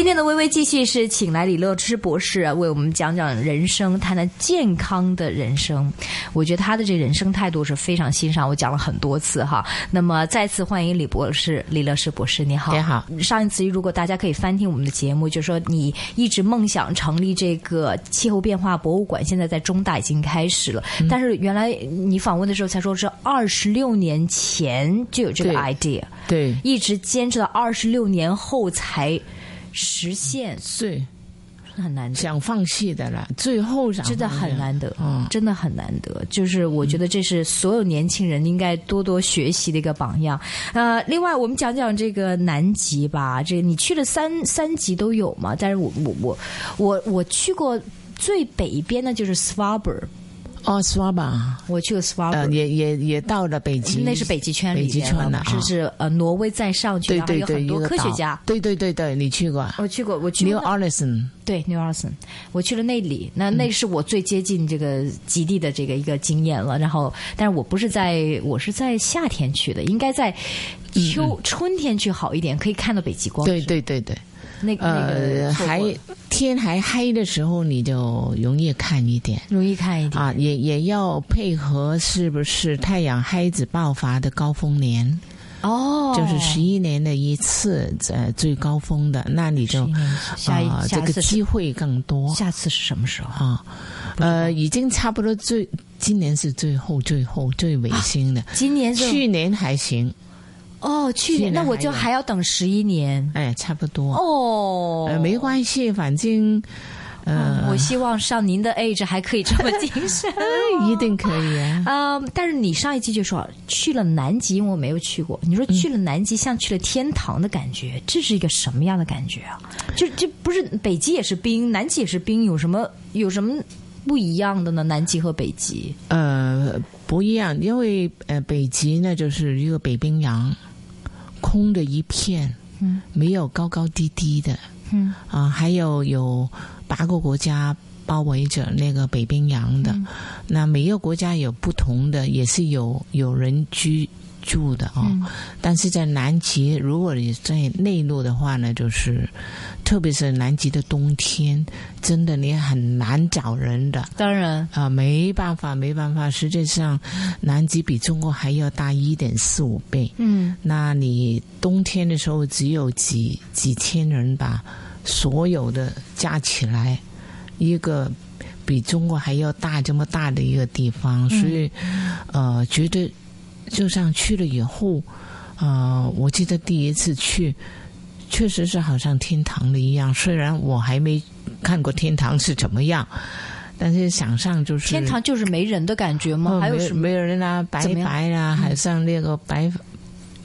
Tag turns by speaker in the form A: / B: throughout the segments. A: 天的微微继续是请来李乐之博士、啊、为我们讲讲人生，谈谈健康的人生。我觉得他的这人生态度是非常欣赏，我讲了很多次哈。那么再次欢迎李博士，李乐之博士，你好。
B: 你好。
A: 上一次如果大家可以翻听我们的节目，就说你一直梦想成立这个气候变化博物馆，现在在中大已经开始了。嗯、但是原来你访问的时候才说是二十六年前就有这个 idea，
B: 对，对
A: 一直坚持到二十六年后才。实现
B: 是
A: 很难得，
B: 想放弃的啦，最后
A: 真的很难得，
B: 嗯，
A: 真的很难得。就是我觉得这是所有年轻人应该多多学习的一个榜样。呃，另外我们讲讲这个南极吧，这个你去了三三极都有嘛？但是我我我我我去过最北边的就是 Svalbard。
B: 哦，斯瓦巴，
A: 我去过斯瓦巴，
B: 呃也也也到了北极，
A: 那是北极圈
B: 北极圈啊
A: 了，这是呃挪威再上去，
B: 对对对，
A: 很多科学家，
B: 对对对对，你去过？啊
A: 我去过，我去过
B: New Orleans，
A: 对 New Orleans，我去了那里，那那是我最接近这个极地的这个一个经验了。然后，但是我不是在，我是在夏天去的，应该在秋春天去好一点，可以看到北极光。
B: 对对对对，
A: 哦那呃
B: 还。天还黑的时候，你就容易看一点，
A: 容易看一点
B: 啊，也也要配合是不是太阳黑子爆发的高峰年
A: 哦，
B: 就是十一年的一次，呃，最高峰的，那你就
A: 下一、
B: 啊、这个机会更多。
A: 下次是什么时候
B: 啊？呃，已经差不多最，今年是最后、最后、最尾声的。啊、
A: 今年
B: 去年还行。
A: 哦，去年那我就还要等十一年，
B: 哎，差不多
A: 哦、
B: 呃，没关系，反正，呃、
A: 嗯，我希望上您的 age 还可以这么精神，
B: 一定可以啊。
A: 嗯，但是你上一期就说去了南极，我没有去过，你说去了南极、嗯、像去了天堂的感觉，这是一个什么样的感觉啊？就这不是北极也是冰，南极也是冰，有什么有什么？不一样的呢，南极和北极。
B: 呃，不一样，因为呃，北极呢就是一个北冰洋，空的一片，嗯，没有高高低低的，
A: 嗯，
B: 啊、呃，还有有八个国家包围着那个北冰洋的，嗯、那每个国家有不同的，也是有有人居住的啊、哦。嗯、但是在南极，如果你在内陆的话呢，就是。特别是南极的冬天，真的你很难找人的。
A: 当然
B: 啊、呃，没办法，没办法。实际上，南极比中国还要大一点四五倍。
A: 嗯，
B: 那你冬天的时候只有几几千人吧，所有的加起来，一个比中国还要大这么大的一个地方，嗯、所以呃，觉得就像去了以后，呃，我记得第一次去。确实是好像天堂的一样，虽然我还没看过天堂是怎么样，但是想象就是
A: 天堂就是没人的感觉吗？
B: 哦、
A: 还有什么嗯
B: 没有人啊，白白啦、啊，好像那个白、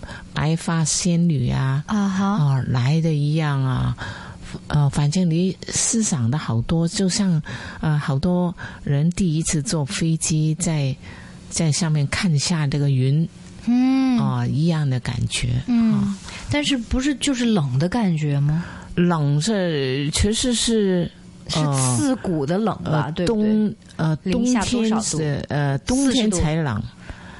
B: 嗯、白发仙女啊
A: 啊哈
B: 哦来的一样啊，呃，反正你思想的好多，就像呃好多人第一次坐飞机在在上面看下这个云。
A: 嗯
B: 啊、哦，一样的感觉。
A: 嗯，哦、但是不是就是冷的感觉吗？
B: 冷是确实是
A: 是刺骨的冷吧？
B: 呃、
A: 对
B: 不对？冬呃冬
A: 天
B: 是呃冬天才冷，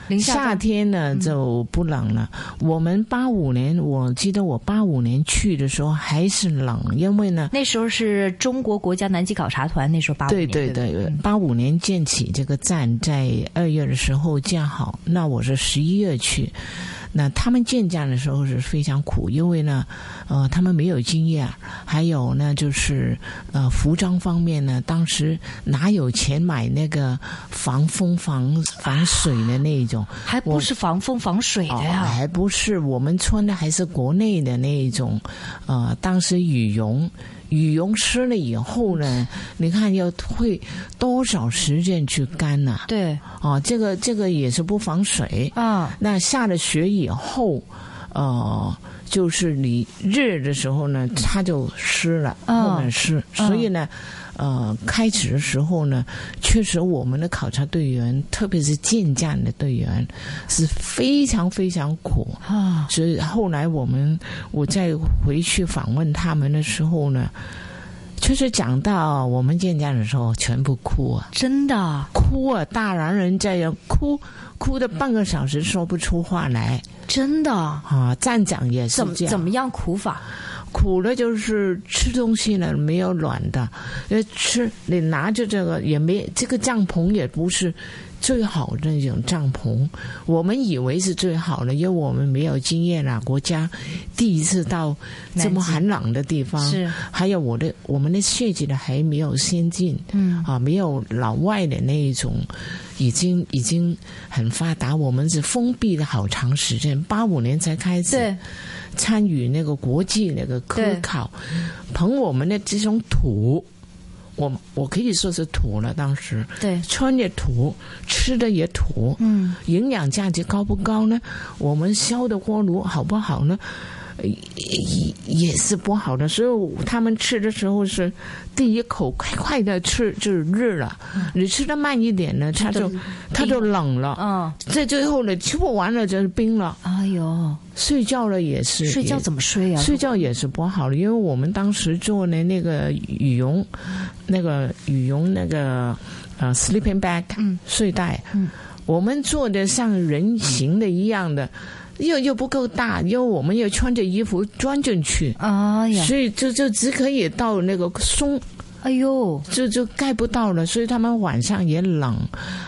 A: 零
B: 下夏天呢就不冷了。嗯、我们八五年，我记得我八五年去的时候还是冷，因为呢
A: 那时候是中国国家南极考察团，那时候八五
B: 对
A: 对
B: 对，八五年建起这个站，在二月的时候建好，那我是十一月去。那他们建站的时候是非常苦，因为呢，呃，他们没有经验，还有呢，就是呃，服装方面呢，当时哪有钱买那个防风防防水的那一种？
A: 还不是防风防水的呀、
B: 哦？还不是我们穿的还是国内的那一种，呃，当时羽绒。羽绒湿了以后呢，你看要会多少时间去干呐、啊？
A: 对，
B: 哦，这个这个也是不防水
A: 啊。
B: 那下了雪以后，呃，就是你热的时候呢，它就湿了，
A: 啊、
B: 后面湿，所以呢，呃，开始的时候呢，确实我们的考察队员，特别是进站的队员，是非常非常苦
A: 啊。
B: 所以后来我们我再回去访问他们的时候呢。确实讲到我们见家的时候，全部哭啊！
A: 真的
B: 哭啊！大男人在要哭，哭的半个小时说不出话来。
A: 真的
B: 啊，站长也是
A: 怎么怎么样哭法？
B: 苦了就是吃东西呢没有暖的，呃，吃你拿着这个也没这个帐篷也不是最好的那种帐篷，我们以为是最好的，因为我们没有经验啊，国家第一次到这么寒冷的地方，
A: 是
B: 还有我的我们的设计的还没有先进，
A: 嗯
B: 啊，没有老外的那一种，已经已经很发达，我们是封闭了好长时间，八五年才开始。
A: 对
B: 参与那个国际那个科
A: 对
B: 考，凭我们的这种土，我我可以说是土了。当时
A: 对，
B: 穿也土，吃的也土，
A: 嗯
B: 营养价值高不高呢？我们烧的锅炉好不好呢？呃也也是不好的，所以他们吃的时候是第一口快快的吃就是热了，你吃的慢一点呢，它就它就冷了，
A: 嗯嗯，
B: 在最后呢吃不完了就是冰了，
A: 哎呦，
B: 睡觉了也是
A: 睡觉
B: 也
A: 怎么睡啊？
B: 睡觉也是不好的，因为我们当时做的那个羽绒，那个羽绒那个呃 sleeping bag
A: 嗯
B: 睡袋，
A: 嗯
B: 我们做的像人形的一样的，又又不够大，因为我们又穿着衣服装进去，
A: 哎呀，
B: 所以就就只可以到那个松，
A: 哎呦，
B: 就就盖不到了，所以他们晚上也冷，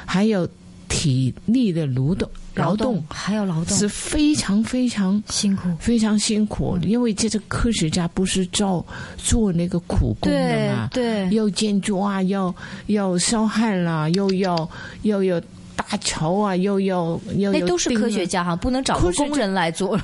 B: 还有体力的劳动劳动
A: 还有劳动
B: 是非常非常。
A: 辛苦，
B: 非常辛苦，
A: 嗯
B: 因为这个科学家不是照做那个苦工啊的
A: 对
B: 嘛，
A: 对，
B: 要建筑啊，要要烧焊啦、又要又要搭桥啊，又要又
A: 那
B: 要
A: 都是
B: 钉啊
A: 科学家哈，不能找
B: 科
A: 个
B: 学家
A: 工人来做，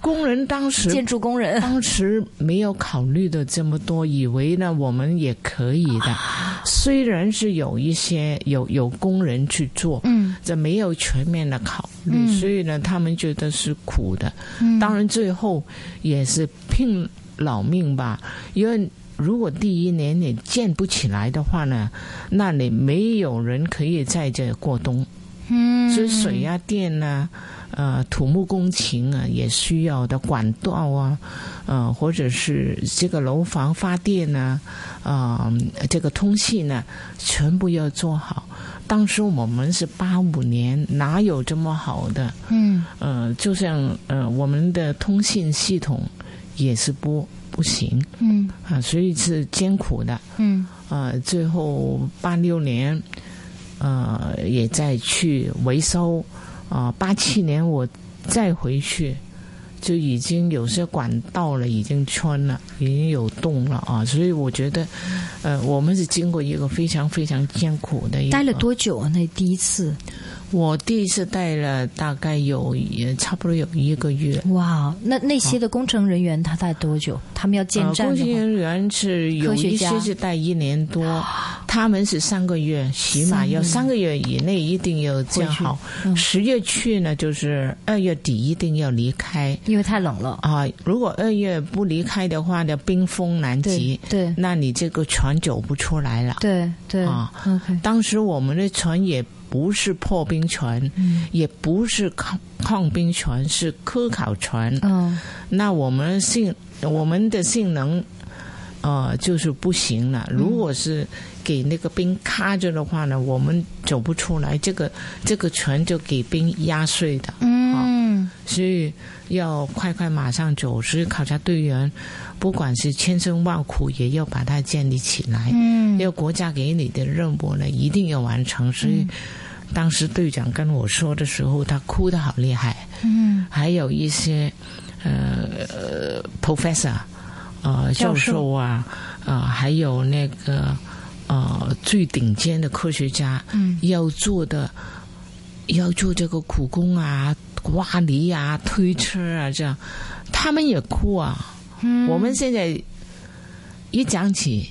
B: 工人当 时
A: 建筑工人。
B: 当时没有考虑的这么多，以为呢我们也可以的，
A: 啊
B: 虽然是有一些有有工人去做。
A: 嗯
B: 这没有全面的考虑，
A: 嗯
B: 所以呢，他们觉得是苦的。
A: 嗯，
B: 当然最后也是拼老命吧，因为如果第一年你建不起来的话呢，那你没有人可以在这过冬，
A: 嗯，
B: 所以水呀、电呐、呃，土木工程啊，也需要的管道啊，呃，或者是这个楼房发电呐、啊，呃，这个通信呢、全部要做好。当时我们是八五年，哪有这么好的？
A: 嗯
B: 呃，就像呃，我们的通信系统也是不不行
A: 嗯
B: 啊，所以是艰苦的。
A: 嗯
B: 呃，最后八六年，呃，也在去维修。啊、八七年我再回去，就已经有些管道了，已经穿了，已经有洞了啊。所以我觉得，呃，我们是经过一个非常非常艰苦的一个。
A: 待了多久啊？那第一次，
B: 我第一次待了大概有也差不多有一个月。
A: 哇，那那些的工程人员他待多久？他们要建
B: 呃、
A: 站
B: 工
A: 的
B: 程
A: 话，
B: 人员是有
A: 科学
B: 一
A: 家啊
B: 些是待一年多，他们是三个月，起码要三个月以内一定要建好
A: 去。嗯
B: 十、月去呢，就是二月底一定要离开
A: 因为太冷了，
B: 啊、如果二月不离开的话呢，冰封南
A: 对
B: 极，
A: 对
B: 那你这个船走不出来了。
A: 对对
B: 啊
A: ，OK，
B: 当时我们的船也不是破冰船，
A: 嗯
B: 也不是抗抗冰船，是科考船。
A: 嗯
B: 那我们性我们的性能，呃，就是不行了。如果是给那个冰卡着的话呢，我们走不出来，这个这个船就给冰压碎的，
A: 嗯
B: 所以要快快马上走。所以考察队员，不管是千辛万苦，也要把它建立起来。
A: 嗯
B: 因为国家给你的任务呢，一定要完成。所以当时队长跟我说的时候，他哭得好厉害。
A: 嗯，
B: 还有一些呃呃 professor 呃
A: 教授
B: 教授啊，呃还有那个呃最顶尖的科学家，
A: 嗯，
B: 要做的要做这个苦工啊、挖泥啊、推车啊这样，他们也哭啊。
A: 嗯
B: 我们现在一讲起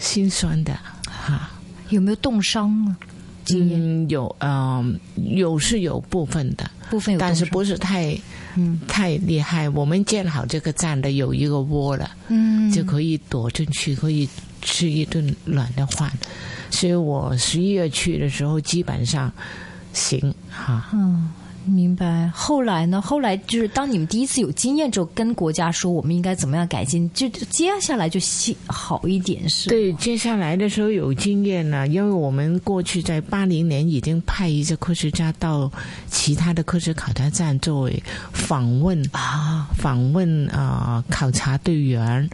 B: 心酸的哈。
A: 有没有冻伤啊？经验
B: 嗯，有，嗯、有是有部分的，
A: 部分有冻
B: 但是
A: 伤，
B: 不是太
A: 嗯
B: 太厉害，我们建好这个站的有一个窝了，
A: 嗯，
B: 就可以躲进去，可以吃一顿暖的饭。所以我十一月去的时候，基本上行哈、
A: 嗯，明白。后来呢？后来就是当你们第一次有经验之后，跟国家说我们应该怎么样改进，就接下来就细好一点是。
B: 对，接下来的时候有经验了，因为我们过去在八零年已经派一些科学家到其他的科学考察站作为访问啊，访问啊、呃考察队员，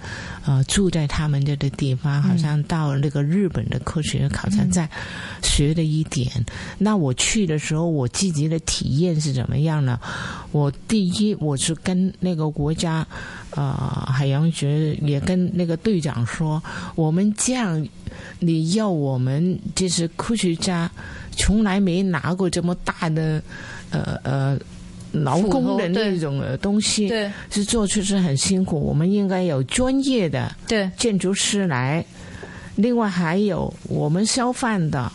B: 呃，住在他们这个地方，好像到那个日本的科学考察站、学了一点。那我去的时候，我自己的体验是怎么样呢？我第一，我是跟那个国家，呃，海洋学也跟那个队长说，我们这样，你要我们就是科学家，从来没拿过这么大的，呃呃。劳工
A: 斧
B: 的
A: 头对
B: 那种呃东西
A: 对
B: 是做出是很辛苦，我们应该有专业的
A: 对，
B: 建筑师来，另外还有我们烧饭的，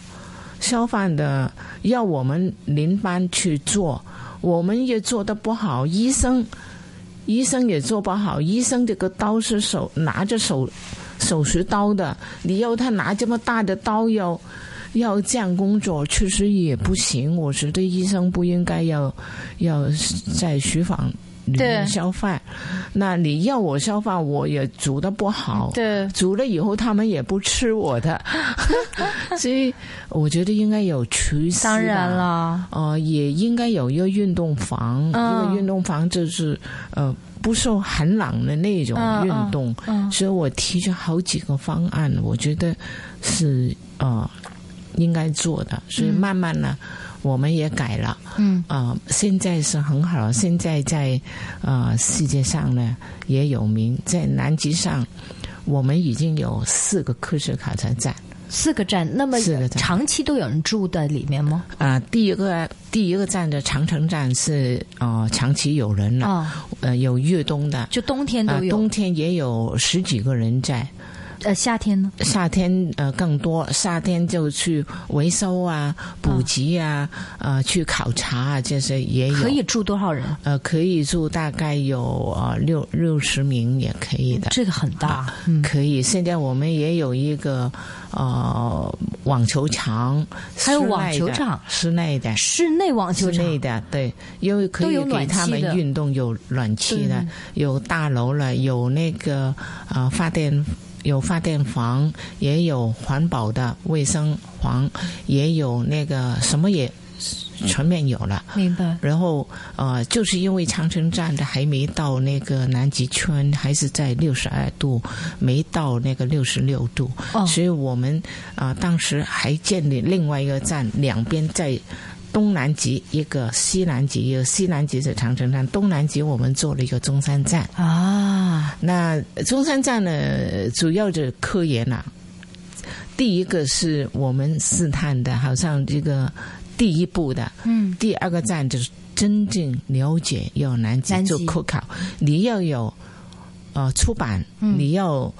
B: 烧饭的要我们邻班去做，我们也做的不好，医生医生也做不好，医生这个刀是手拿着手手术刀的，你要他拿这么大的刀要。要这样工作确实也不行，我觉得医生不应该要要在厨房里面
A: 对
B: 烧饭。那你要我烧饭，我也煮的不好，
A: 对，
B: 煮了以后他们也不吃我的， 所以我觉得应该有厨师，
A: 当然。了，
B: 呃，也应该有一个运动房，
A: 嗯
B: 因为运动房就是呃不受寒冷的那种
A: 嗯
B: 运动，
A: 嗯，
B: 所以我提出好几个方案，我觉得是呃应该做的，所以
A: 嗯
B: 慢慢呢，我们也改了。
A: 嗯，
B: 啊、现在是很好，现在在呃世界上呢也有名，在南极上，我们已经有四个科学考察站，
A: 四个站，那么
B: 四个站
A: 长期都有人住在里面吗？
B: 啊、第一个第一个站的长城站是呃长期有人了，
A: 啊，
B: 呃有越冬的，
A: 就冬天
B: 啊、
A: 都有，
B: 冬天也有十几个人在，
A: 呃，夏天呢？
B: 夏天呃更多，夏天就去维修啊、补给啊、呃去考察啊，这些也有。
A: 可以住多少人？
B: 呃，可以住大概有呃六六十名也可以的，
A: 这个很大，嗯，
B: 啊可以。现在我们也有一个呃网球场，
A: 还有
B: 室内的
A: 网球场
B: 室内的。
A: 室内网球
B: 室
A: 场
B: 内的对，因为可
A: 都
B: 以
A: 有暖
B: 给他
A: 气的
B: 们运动，有暖气的，有大楼了，有那个呃发电，有发电房，也有环保的卫生房，也有那个什么也全面有了。
A: 明白。
B: 然后呃，就是因为长城站的还没到那个南极圈，还是在六十二度，没到那个六十六度，
A: 哦
B: 所以我们啊、呃当时还建立另外一个站，两边在。呃东南极一个，西南极一个，西南极是长城站，东南极我们做了一个中山站。
A: 啊，
B: 那中山站呢，主要的科研啊，第一个是我们试探的，好像这个第一步的，
A: 嗯，
B: 第二个站就是真正了解要南极
A: 南极
B: 做科考，你要有呃出版，
A: 嗯
B: 你要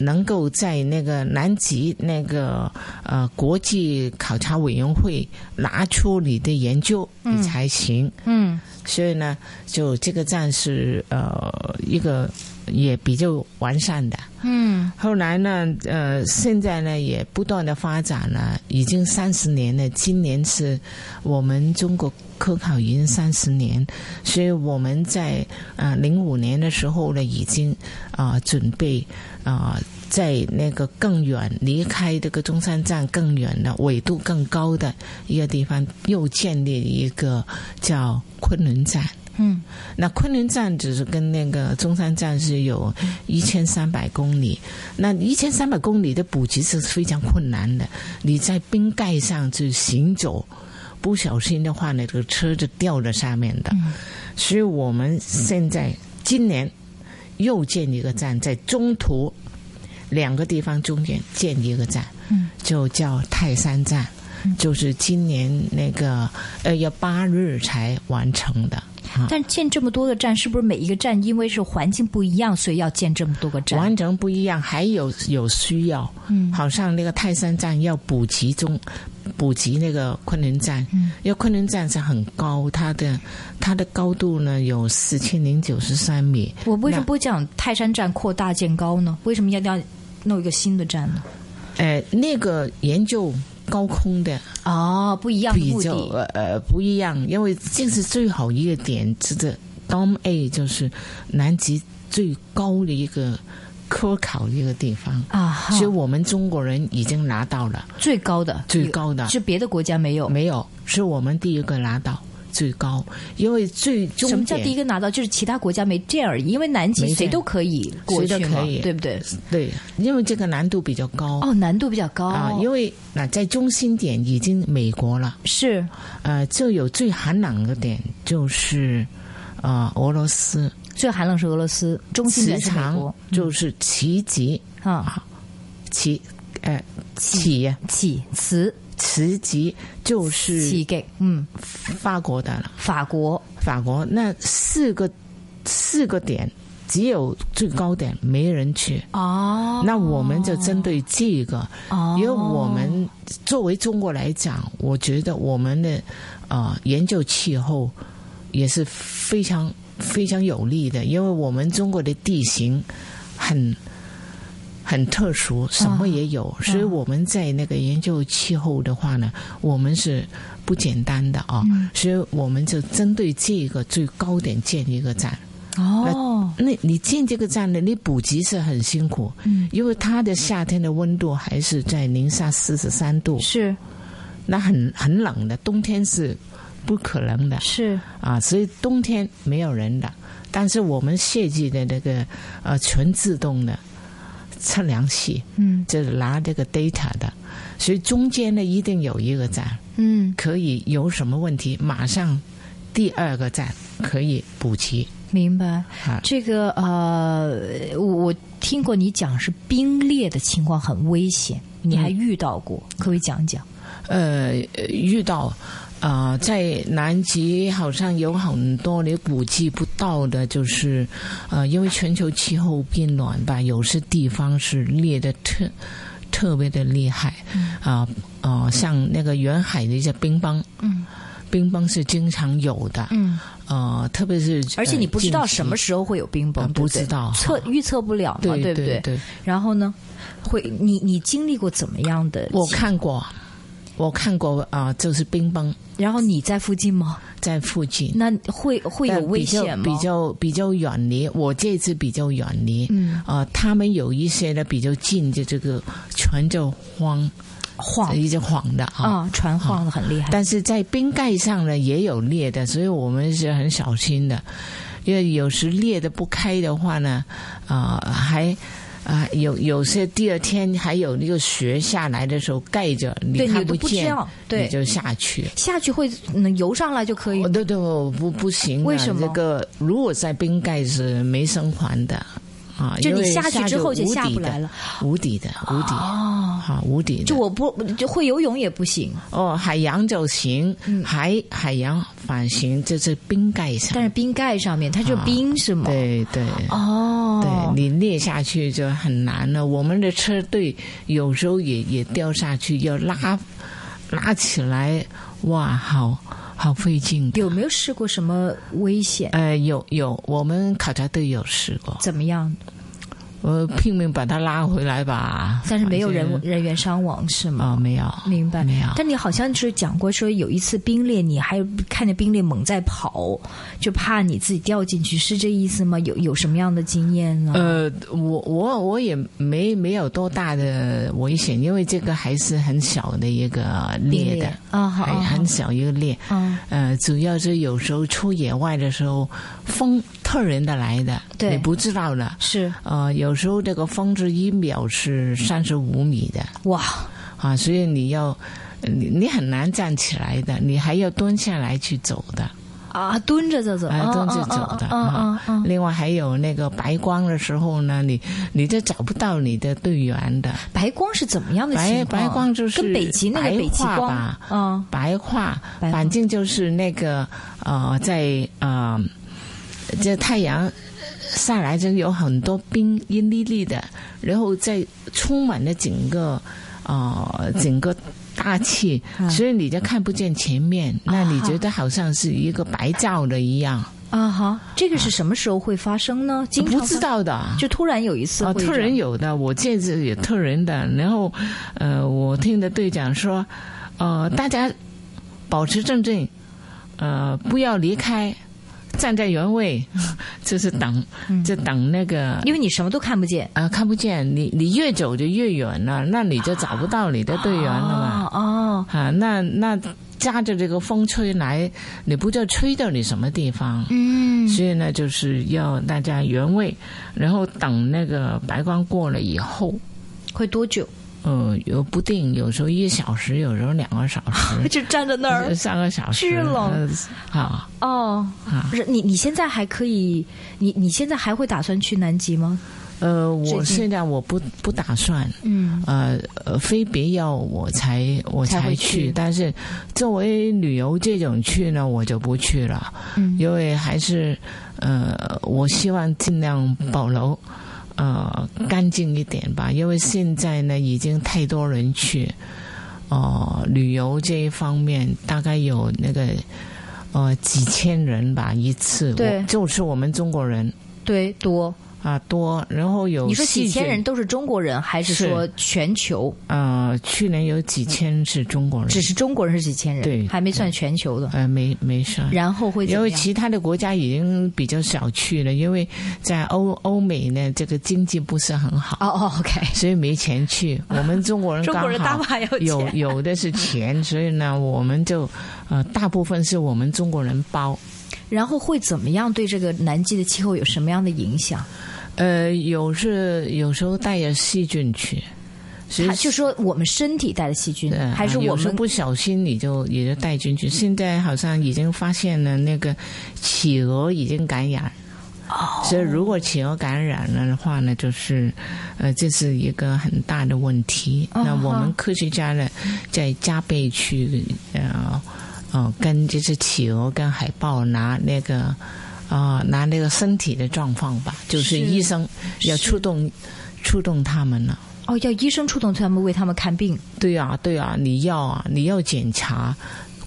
B: 能够在那个南极那个呃国际考察委员会拿出你的研究，
A: 嗯
B: 你才行。
A: 嗯，
B: 所以呢，就这个站是呃一个也比较完善的。
A: 嗯，
B: 后来呢，呃，现在呢也不断的发展了，已经三十年了。今年是我们中国科考已经三十年，所以我们在呃零五年的时候呢，已经啊、呃准备啊、呃在那个更远离开这个中山站更远的纬度更高的一个地方，又建立一个叫昆仑站。
A: 嗯，
B: 那昆仑站只是跟那个中山站是有一千三百公里，那一千三百公里的补给是非常困难的。你在冰盖上去行走，不小心的话呢，这个车就掉在下面的。所以我们现在今年又建一个站，在中途两个地方中间建一个站，
A: 嗯，
B: 就叫泰山站。就是今年那个二月八日才完成的，啊
A: 但建这么多个站，是不是每一个站因为是环境不一样，所以要建这么多个站？
B: 完全不一样，还有有需要，
A: 嗯
B: 好像那个泰山站要补给中补给那个昆仑站，
A: 嗯
B: 因为昆仑站是很高，它的它的高度呢有四千零九十三米，
A: 我为什么不讲泰山站扩大建高呢？为什么一定要弄一个新的站呢？
B: 呃，那个研究高空的
A: 哦，不一样的
B: 啊比
A: 目
B: 较
A: 的，
B: 呃呃不一样，因为这是最好一个点，这个 Dom A 就是南极最高的一个科考的一个地方，
A: 啊哈
B: 所以我们中国人已经拿到了
A: 最高的
B: 最高的，
A: 是别的国家没有。
B: 没有，是我们第一个拿到最高，因为最终
A: 什么
B: 点
A: 叫第一个拿到？就是其他国家没这样而已，因为南极
B: 没这
A: 谁
B: 样
A: 都可以过去
B: 谁都
A: 嘛
B: 可，以嗯
A: 对不对？
B: 对，因为这个难度比较高。
A: 哦，难度比较高，
B: 啊，因为那在中心点已经美国了，
A: 是
B: 呃，就有最寒冷的点就是，呃，俄罗斯
A: 最寒冷是俄罗斯，中心
B: 时
A: 点是美
B: 常
A: 国
B: 就是奇极
A: 啊。
B: 啊，奇呃奇
A: 起词
B: 奇极就是
A: 起给嗯，
B: 法国的了，
A: 法国
B: 法国那四个四个点只有最高点没人去，
A: 哦
B: 那我们就针对这个，
A: 哦
B: 因为我们作为中国来讲，我觉得我们的呃研究气候也是非常非常有利的，因为我们中国的地形很很特殊，什么也
A: 哦
B: 有，所以我们在那个研究气候的话呢，我们是不简单的啊，
A: 嗯
B: 所以我们就针对这个最高点建立一个站。
A: 哦
B: 那你进这个站呢，你补给是很辛苦，
A: 嗯
B: 因为它的夏天的温度还是在零下四十三度，
A: 是
B: 那很很冷的，冬天是不可能的
A: 是
B: 啊，所以冬天没有人的。但是我们设计的那个呃全自动的测量器，
A: 嗯
B: 就是拿这个 data 的，所以中间呢一定有一个站
A: 嗯
B: 可以有什么问题，马上第二个站可以补给
A: 明白
B: 啊。
A: 这个呃我我听过你讲是冰裂的情况很危险，你还
B: 嗯
A: 遇到过，可不可以讲讲？
B: 呃遇到啊、呃在南极好像有很多你估计不到的，就是呃，因为全球气候变暖吧，有些地方是裂的特特别的厉害啊啊、呃像那个远海的一些冰崩，
A: 嗯
B: 冰崩是经常有的，
A: 嗯，
B: 呃，特别是
A: 而且
B: 呃
A: 你不知道
B: 近期
A: 什么时候会有冰
B: 啊
A: 崩，对
B: 不
A: 对
B: 知道
A: 测预测不了嘛，
B: 对
A: 对不
B: 对？对
A: 然后呢，会你你经历过怎么样的？
B: 我，看过，我看过啊、呃就是冰崩
A: 然后你在附近吗？
B: 在附近。
A: 那会会有
B: 但
A: 危险吗？
B: 比较比较比较远离，我这次比较远离。
A: 嗯
B: 呃，他们有一些呢比较近的这个全就荒，
A: 晃
B: 已经晃的啊。
A: 啊，船晃的很厉害。
B: 但是在冰盖上呢也有裂的，所以我们是很小心的，因为有时裂的不开的话呢，啊、还。啊，有有些第二天还有那个雪下来的时候盖着，你
A: 对你
B: 看
A: 都不知
B: 见，
A: 道对
B: 你就下去。
A: 下去会嗯游上来就可以
B: 哦，对对，我不不行、啊，
A: 为什么
B: 这个如果在冰盖是没生还的啊，
A: 就
B: 因
A: 你
B: 为
A: 下
B: 下
A: 去之后就
B: 无
A: 下
B: 底
A: 不来
B: 的
A: 了，
B: 无底的，无底
A: 哦。
B: 啊，无底的。
A: 就我不就会游泳也不行，
B: 哦，海洋就行，海海洋反行，这是冰盖
A: 嗯但
B: 上。
A: 是冰盖上面它就是冰是吗？
B: 啊对对。对
A: 哦，
B: 你裂下去就很难了。我们的车队有时候也也掉下去，要拉拉起来，哇，好好费劲的。
A: 有没有试过什么危险？
B: 呃，有有，我们考察队有试过，
A: 怎么样？
B: 我呃拼命把他拉回来吧。
A: 但是没有
B: 反
A: 人
B: 正
A: 人员伤亡是吗？
B: 啊、没有，
A: 明白
B: 嗯没有。
A: 但你好像是讲过说有一次冰裂，你还看着冰裂猛在跑，就怕你自己掉进去，是这意思吗？有有什么样的经验呢？
B: 呃，我我我也没没有多大的危险，因为这个还是很小的一个
A: 冰
B: 裂
A: 裂
B: 的，
A: 啊，好
B: 还
A: 啊
B: 很小一个裂。
A: 好 啊，
B: 呃，主要是有时候出野外的时候，风突然的来的，
A: 对
B: 你不知道的。
A: 是
B: 呃，有时候这个风是一秒是三十五米的
A: 哇，
B: 啊，所以你要你你很难站起来的，你还要蹲下来去走的。
A: 啊，蹲着走走，
B: 哎
A: 啊
B: 蹲着走的
A: 啊
B: 嗯
A: 啊啊啊！
B: 另外还有那个白光的时候呢，你你就找不到你的队员的。
A: 白光是怎么样的
B: 白
A: 情况？
B: 白光就是
A: 跟北极那个
B: 白
A: 北极
B: 化
A: 光
B: 吧
A: 啊，
B: 白话，
A: 白话
B: 反正就是那个呃，在呃，这太阳下来就有很多冰一粒粒的，然后再充满了整个呃整个大气，
A: 嗯
B: 所以你就看不见前面，那你觉得好像是一个白照的一样。
A: 啊哈，这个是什么时候会发生呢？经常
B: 不
A: 发
B: 知，道的啊，
A: 就突然有一次会嗯
B: 特
A: 这样
B: 人有的，我见着也特人的。然后，呃，我听的队长说，呃，大家保持镇静，呃，不要离开，站在原位， 这是等，
A: 嗯
B: 这等那个
A: 因为你什么都看不见。
B: 啊、看不见你，你越走就越远了，那你就找不到你的队员了嘛。
A: 哦哦，
B: 啊，那那夹着这个风吹来，你不知道吹到你什么地方。
A: 嗯
B: 所以呢，就是要大家原位，然后等那个白光过了以后，
A: 会多久？
B: 呃，有不定，有时候一小时，有时候两个小 时，
A: 就站在那儿
B: 三个小时，
A: 去了
B: 呃啊，
A: 哦。不是你，你现在还可以，你你现在还会打算去南极吗？
B: 呃，
A: 最
B: 我
A: 近
B: 现在我不不打算，
A: 嗯
B: 呃呃，非必要我才我
A: 才会
B: 才
A: 去
B: 但是作为旅游这种去呢，我就不去了，
A: 嗯
B: 因为还是呃，我希望尽量保留。呃，干净一点吧，因为现在呢，已经太多人去，呃，旅游这一方面大概有那个呃几千人吧一次，
A: 对
B: 我就是我们中国人
A: 对，多。
B: 啊多，然后有
A: 你说
B: 细
A: 几千
B: 菌
A: 人都是中国人，还是说全球？
B: 呃，去年有几千是中国人，
A: 只是中国人是几千人，
B: 对
A: 还没算全球的。
B: 呃没没事儿。
A: 然后会怎
B: 因
A: 么
B: 为
A: 样？
B: 其他的国家已经比较少去了，因为在欧欧美呢，这个经济不是很好，
A: 哦哦，OK，
B: 所以没钱去。我们中国人
A: 中
B: 刚
A: 国人大
B: 好
A: 把有
B: 有
A: 钱。
B: 有的是钱，所以呢，我们就呃大部分是我们中国人包。
A: 然后会怎么样？对这个南极的气候有什么样的影响？
B: 呃，有是有时候带着细菌去，所以
A: 他就说我们身体带的细菌，
B: 对
A: 还是
B: 啊有
A: 我
B: 时候
A: 们嗯
B: 不小心你就也就带进去。现在好像已经发现了那个企鹅已经感染。
A: 哦
B: 所以，如果企鹅感染了的话呢，就是，呃，这是一个很大的问题。
A: 哦
B: 那我
A: 好
B: 们科学家呢，在加倍去，呃，呃，跟这些企鹅跟海豹拿那个，啊、拿那个身体的状况吧，就是
A: 是
B: 医生要
A: 是
B: 触动，触动他们了。
A: 哦，要医生触动他们为他们看病。
B: 对呀、对呀、你要啊，你要检查。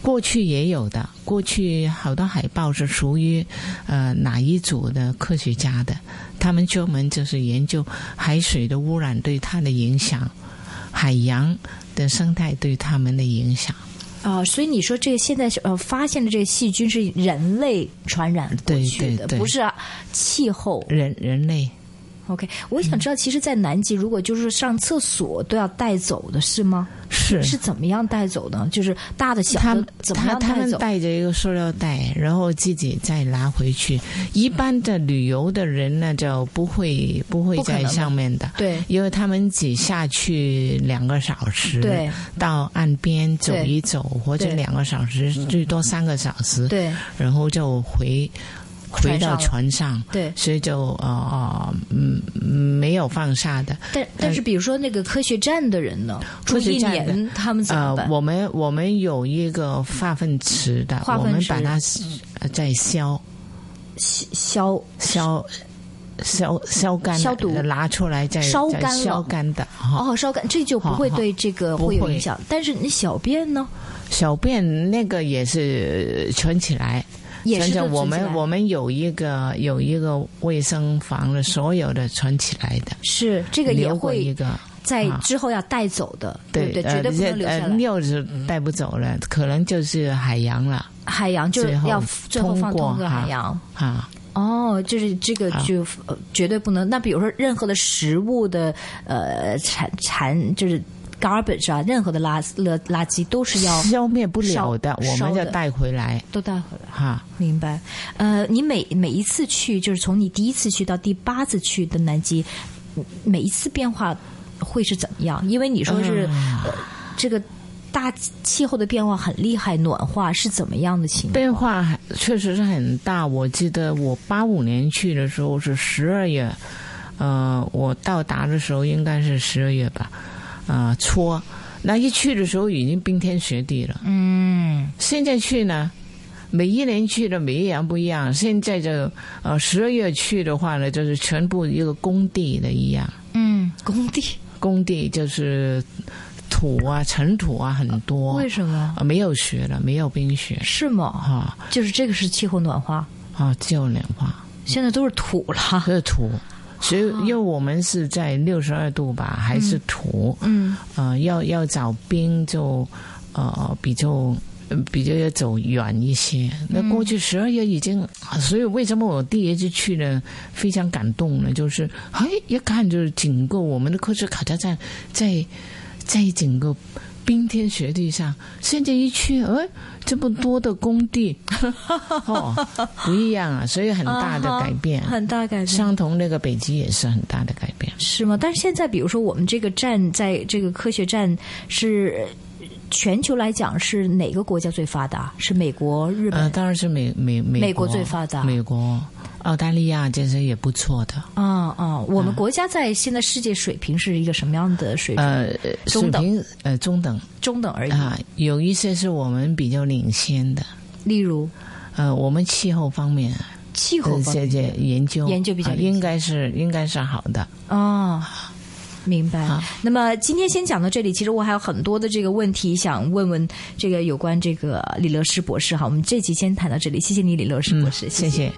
B: 过去也有的，过去好多海报是属于呃哪一组的科学家的，他们专门就是研究海水的污染对它的影响，海洋的生态对它们的影响。
A: 啊、所以你说这个现在是呃发现的这个细菌是人类传染过
B: 对
A: 去的，
B: 对对
A: 不是、气候。
B: 人人类
A: OK，我想知
B: 嗯
A: 道，其实，在南极，如果就是上厕所都要带走的是吗？
B: 是
A: 是怎么样带走呢？就是大的小
B: 他
A: 的怎么
B: 他
A: 样
B: 他
A: 带
B: 们
A: 走？
B: 带着一个塑料袋，然后自己再拿回去。一般的旅游的人呢，就不会不会
A: 不可能
B: 在
A: 的
B: 上面的。
A: 对
B: 因为他们只下去两个小时，
A: 对，
B: 到岸边走一走，或者
A: 对嗯
B: 两个小时，最多三个小时，
A: 对
B: 然后就回回
A: 船上
B: 到
A: 了
B: 船上，
A: 对，
B: 所以就呃呃嗯嗯没有放下的。
A: 但但是比如说那个科学站的人呢，住
B: 科学
A: 一
B: 站的
A: 年他们怎么
B: 呃
A: 办？，
B: 我们我们有一个化粪池的，
A: 化
B: 我
A: 粪
B: 们
A: 池嗯
B: 把它呃再消
A: 消
B: 消消消干的，
A: 消毒
B: 拿出来再
A: 烧
B: 再
A: 干了
B: 消干的哈。
A: 哦，烧干这就不会
B: 好好
A: 对这个
B: 不
A: 会有
B: 会
A: 影响，但是你小便呢，
B: 小便那个也是呃存起来，
A: 也是
B: 存起来
A: 都存
B: 我
A: 起
B: 们
A: 来
B: 我们有一个有一个卫生房的，所有的存起来的，
A: 是这个也
B: 留过一
A: 会
B: 个，
A: 在
B: 啊
A: 之后要带走的，对不
B: 对
A: 对？绝对不能留下
B: 呃，
A: 来。嗯
B: 尿是带不走了，可能就是海洋了
A: 海洋就
B: 最后
A: 要最后放
B: 通过
A: 通过海洋。
B: 啊。
A: 哦，就是这个
B: 啊
A: 就呃绝对不能。那比如说任何的食物的呃残残就是。garbage 啊，任何的垃垃垃圾都是要
B: 消灭不了的，
A: 烧
B: 我们
A: 烧
B: 要
A: 的
B: 带回来
A: 都带回来。
B: 哈。
A: 明白。呃，你每每一次去，就是从你第一次去到第八次去的南极，每一次变化会是怎么样？因为你说是、呃、这个大气候的变化很厉害，暖化是怎么样的情况？
B: 变化还确实是很大。我记得我八五年去的时候是十二月，呃，我到达的时候应该是十二月吧，啊、初。那一去的时候已经冰天雪地了。
A: 嗯，
B: 现在去呢，每一年去的每一年不一样。现在就呃十二月去的话呢，就是全部一个工地的一样，
A: 嗯，工地
B: 工地就是土啊、尘土啊很多，啊
A: 为什么？
B: 呃没有雪了，没有冰雪
A: 是吗？
B: 哈。
A: 就是这个是气候暖化。
B: 啊、啊，只有氧化，
A: 现在都是土了。
B: 这是土。所以，
A: 哦
B: 因为我们是在六十二度吧，还是土，
A: 嗯
B: 呃，要要找冰就，呃，比较呃比较要走远一些。
A: 嗯
B: 那过去十二月已经，啊所以为什么我第一次去呢，非常感动呢？就是，哎，一看就是整个我们的科学考察站在在整个冰天雪地上，现在一去，哎，这么多的工地， 哦，不一样啊，所以很大的改变。
A: 啊很大改变。
B: 相同那个北极也是很大的改变。
A: 是吗？但是现在，比如说我们这个站，在这个科学站是呃全球来讲是哪个国家最发达？是美国、日本
B: 呃，当然是美美美
A: 美国最发达
B: 美国、澳大利亚这些也不错的。
A: 啊啊！我们国家在现在世界水平是一个什么样的水平？
B: 呃，
A: 中等嗯
B: 水平呃中等
A: 中等而已。
B: 啊、有一些是我们比较领先的。
A: 例如
B: 呃，我们气候方面，
A: 气候方
B: 这
A: 面
B: 这研究
A: 研究比较
B: 啊
A: 领先
B: 应该是应该是好的。
A: 啊。明白
B: 好。
A: 那么今天先讲到这里，其实我还有很多的这个问题想问问这个有关这个李乐师博士哈。我们这期先谈到这里，谢谢你，李乐师博士，
B: 嗯
A: 谢
B: 谢谢。